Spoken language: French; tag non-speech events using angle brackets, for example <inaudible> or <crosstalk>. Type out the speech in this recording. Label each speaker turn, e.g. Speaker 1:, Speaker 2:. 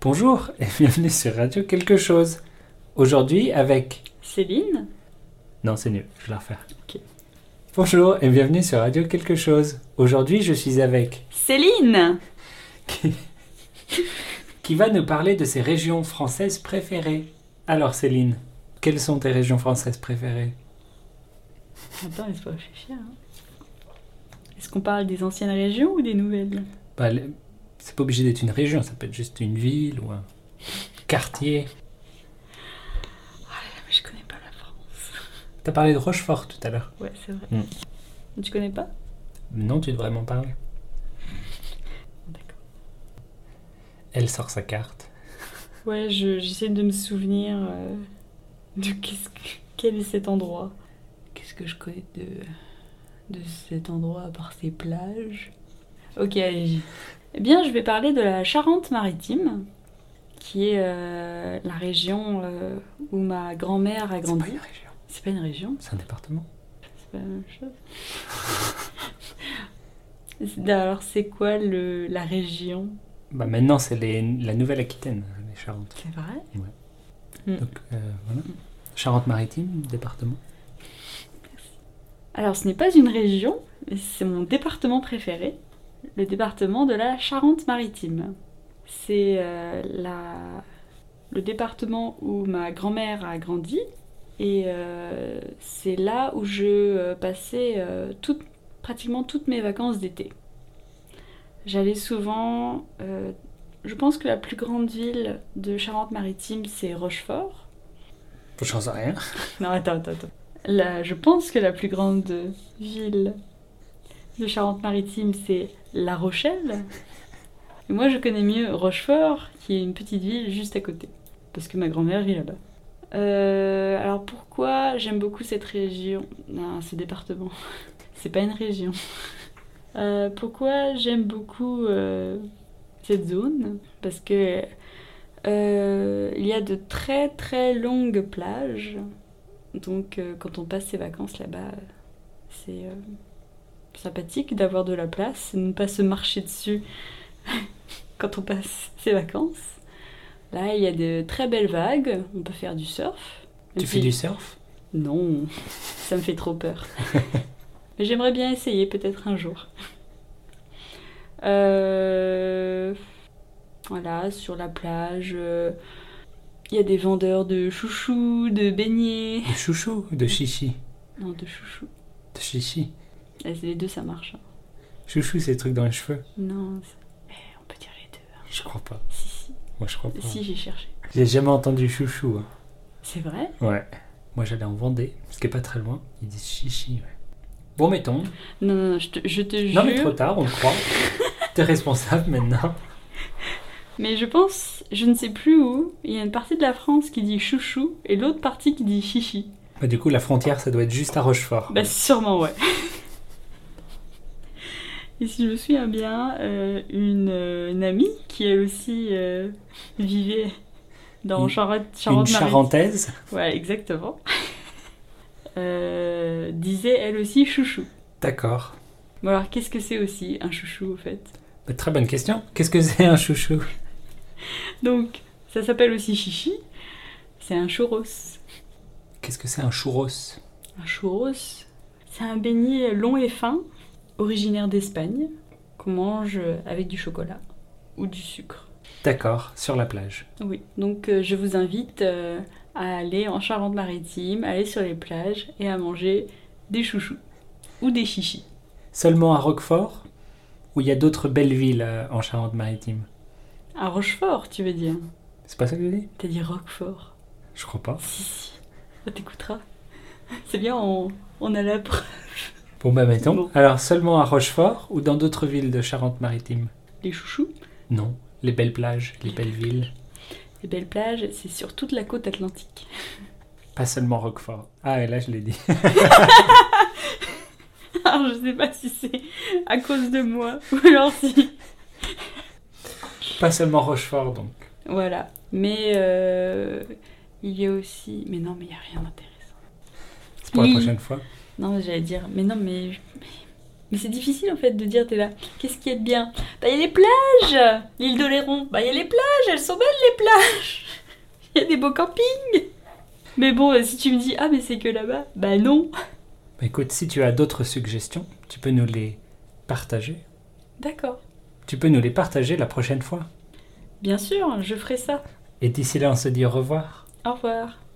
Speaker 1: Bonjour et bienvenue sur Radio Quelque chose. Aujourd'hui avec.
Speaker 2: Céline
Speaker 1: Non, c'est nul, je vais la refaire.
Speaker 2: Ok.
Speaker 1: Bonjour et bienvenue sur Radio Quelque chose. Aujourd'hui, je suis avec.
Speaker 2: Céline
Speaker 1: qui... qui va nous parler de ses régions françaises préférées. Alors, Céline, quelles sont tes régions françaises préférées
Speaker 2: Attends, laisse-moi réfléchir. hein. Est-ce qu'on parle des anciennes régions ou des nouvelles
Speaker 1: Bah, le- C'est pas obligé d'être une région, ça peut être juste une ville ou un quartier.
Speaker 2: Ah, mais Je connais pas la France.
Speaker 1: T'as parlé de Rochefort tout à l'heure.
Speaker 2: Ouais, c'est vrai. Tu connais pas
Speaker 1: Non, tu devrais m'en parler.
Speaker 2: D'accord.
Speaker 1: Elle sort sa carte.
Speaker 2: Ouais, je- j'essaie de me souvenir euh, de qu'est-ce que- quel est cet endroit. Qu'est-ce que je connais de, de cet endroit à part ses plages Ok, allez-y. Eh bien, je vais parler de la Charente-Maritime, qui est euh, la région euh, où ma grand-mère a
Speaker 1: C'est
Speaker 2: grandi.
Speaker 1: pas une région,
Speaker 2: C'est pas une région,
Speaker 1: c'est un département.
Speaker 2: c'est pas la même chose. <laughs> C'est- Alors, c'est quoi le, la région
Speaker 1: Bah maintenant, c'est les- la Nouvelle-Aquitaine, les Charentes.
Speaker 2: C'est vrai
Speaker 1: Donc euh, voilà. Charente-Maritime, département.
Speaker 2: Alors, ce n'est pas une région, mais c'est mon département préféré, le département de la Charente-Maritime. C'est euh, la- le département où ma grand-mère a grandi, et euh, c'est là où je euh, passais euh, toutes- pratiquement toutes mes vacances d'été. J'allais souvent. euh, je pense que la plus grande ville de Charente-Maritime, c'est Rochefort.
Speaker 1: J'en sais rien.
Speaker 2: Non, attends, attends, attends. La- je pense que la plus grande ville de Charente-Maritime, c'est La Rochelle. Et moi, je connais mieux Rochefort, qui est une petite ville juste à côté. Parce que ma grand-mère vit là-bas. Euh, alors pourquoi j'aime beaucoup cette région Non, ce département. <laughs> C'est pas une région. <laughs> Euh, pourquoi j'aime beaucoup euh, cette zone Parce que euh, il y a de très très longues plages. Donc euh, quand on passe ses vacances là-bas, euh, c'est euh, sympathique d'avoir de la place, et de ne pas se marcher dessus <laughs> quand on passe ses vacances. Là, il y a de très belles vagues, on peut faire du surf.
Speaker 1: Tu
Speaker 2: Même
Speaker 1: fais
Speaker 2: si-
Speaker 1: du surf
Speaker 2: Non, ça me fait
Speaker 1: <laughs>
Speaker 2: trop peur. Mais j'aimerais bien essayer peut-être un jour. Euh, Voilà, sur la plage, euh, il y a des vendeurs de chouchous, de beignets.
Speaker 1: De chouchou ou de chichi
Speaker 2: Non, de chouchous.
Speaker 1: De chichi.
Speaker 2: Eh, c'est Les deux, ça marche. hein.
Speaker 1: Chouchou, c'est le truc dans les cheveux.
Speaker 2: Non, c'est- eh, on peut dire les deux. hein.
Speaker 1: Je crois pas.
Speaker 2: Si, si,
Speaker 1: Moi, je crois pas.
Speaker 2: si j'ai cherché.
Speaker 1: J'ai jamais entendu chouchou. hein.
Speaker 2: C'est vrai
Speaker 1: Ouais. Moi, j'allais en Vendée, ce qui est pas très loin. Ils disent chichi, ouais. Bon, mettons.
Speaker 2: Non, non, non, je te, je te jure.
Speaker 1: Non, mais trop tard, on le croit. <laughs> T'es responsable maintenant.
Speaker 2: Mais je pense, je ne sais plus où, il y a une partie de la France qui dit chouchou et l'autre partie qui dit chichi.
Speaker 1: Bah, du coup, la frontière, ça doit être juste à Rochefort.
Speaker 2: Bah sûrement ouais. Et si je me souviens bien, euh, une, euh, une amie qui elle aussi euh, vivait dans
Speaker 1: Une-
Speaker 2: Charente,
Speaker 1: Une
Speaker 2: Charente-Maritime.
Speaker 1: charentaise.
Speaker 2: Ouais, exactement. <laughs> Euh, disait elle aussi chouchou.
Speaker 1: D'accord.
Speaker 2: Bon alors qu'est-ce que c'est aussi un chouchou au fait
Speaker 1: Bah, très bonne question. Qu'est-ce que c'est un chouchou
Speaker 2: Donc ça s'appelle aussi chichi. C'est un chouros.
Speaker 1: Qu'est-ce que c'est un churros
Speaker 2: Un churros, c'est un beignet long et fin, originaire d'Espagne, qu'on mange euh, avec du chocolat ou du sucre.
Speaker 1: D'accord, sur la plage.
Speaker 2: Oui, donc euh, je vous invite euh, à aller en Charente-Maritime, aller sur les plages et à manger des chouchous ou des chichis.
Speaker 1: Seulement à Roquefort Ou il y a d'autres belles villes euh, en Charente-Maritime
Speaker 2: À Rochefort, tu veux dire
Speaker 1: C'est pas ça que je dis
Speaker 2: T'as dit Roquefort.
Speaker 1: Je crois pas.
Speaker 2: Si, si, on t'écoutera. C'est bien, on, on a la preuve.
Speaker 1: Bon bah mettons.
Speaker 2: Bon.
Speaker 1: Alors seulement à Rochefort ou dans d'autres villes de Charente-Maritime
Speaker 2: Les chouchous,
Speaker 1: Non, les belles plages, les belles villes.
Speaker 2: les belles plages, c'est sur toute la côte atlantique.
Speaker 1: Pas seulement Roquefort. Ah et là je l'ai dit.
Speaker 2: Alors, je sais pas si c'est à cause de moi ou alors si.
Speaker 1: Pas seulement Rochefort donc.
Speaker 2: Voilà. Mais euh, il y a aussi. Mais non, mais il n'y a rien d'intéressant.
Speaker 1: C'est pour la
Speaker 2: Oui.
Speaker 1: prochaine fois.
Speaker 2: Non, mais j'allais dire. Mais non, mais. mais- Mais c'est difficile en fait de dire, t'es là, qu'est-ce qui est de bien Bah il y a les plages L'île d'Oléron, bah il y a les plages, elles sont belles les plages <laughs> Il y a des beaux campings Mais bon, euh, si tu me dis, ah mais c'est que là-bas, bah non
Speaker 1: Bah, écoute, si tu as d'autres suggestions, tu peux nous les partager.
Speaker 2: D'accord,
Speaker 1: Tu peux nous les partager la prochaine fois.
Speaker 2: bien sûr, je ferai ça.
Speaker 1: Et d'ici là, on se dit au revoir.
Speaker 2: Au revoir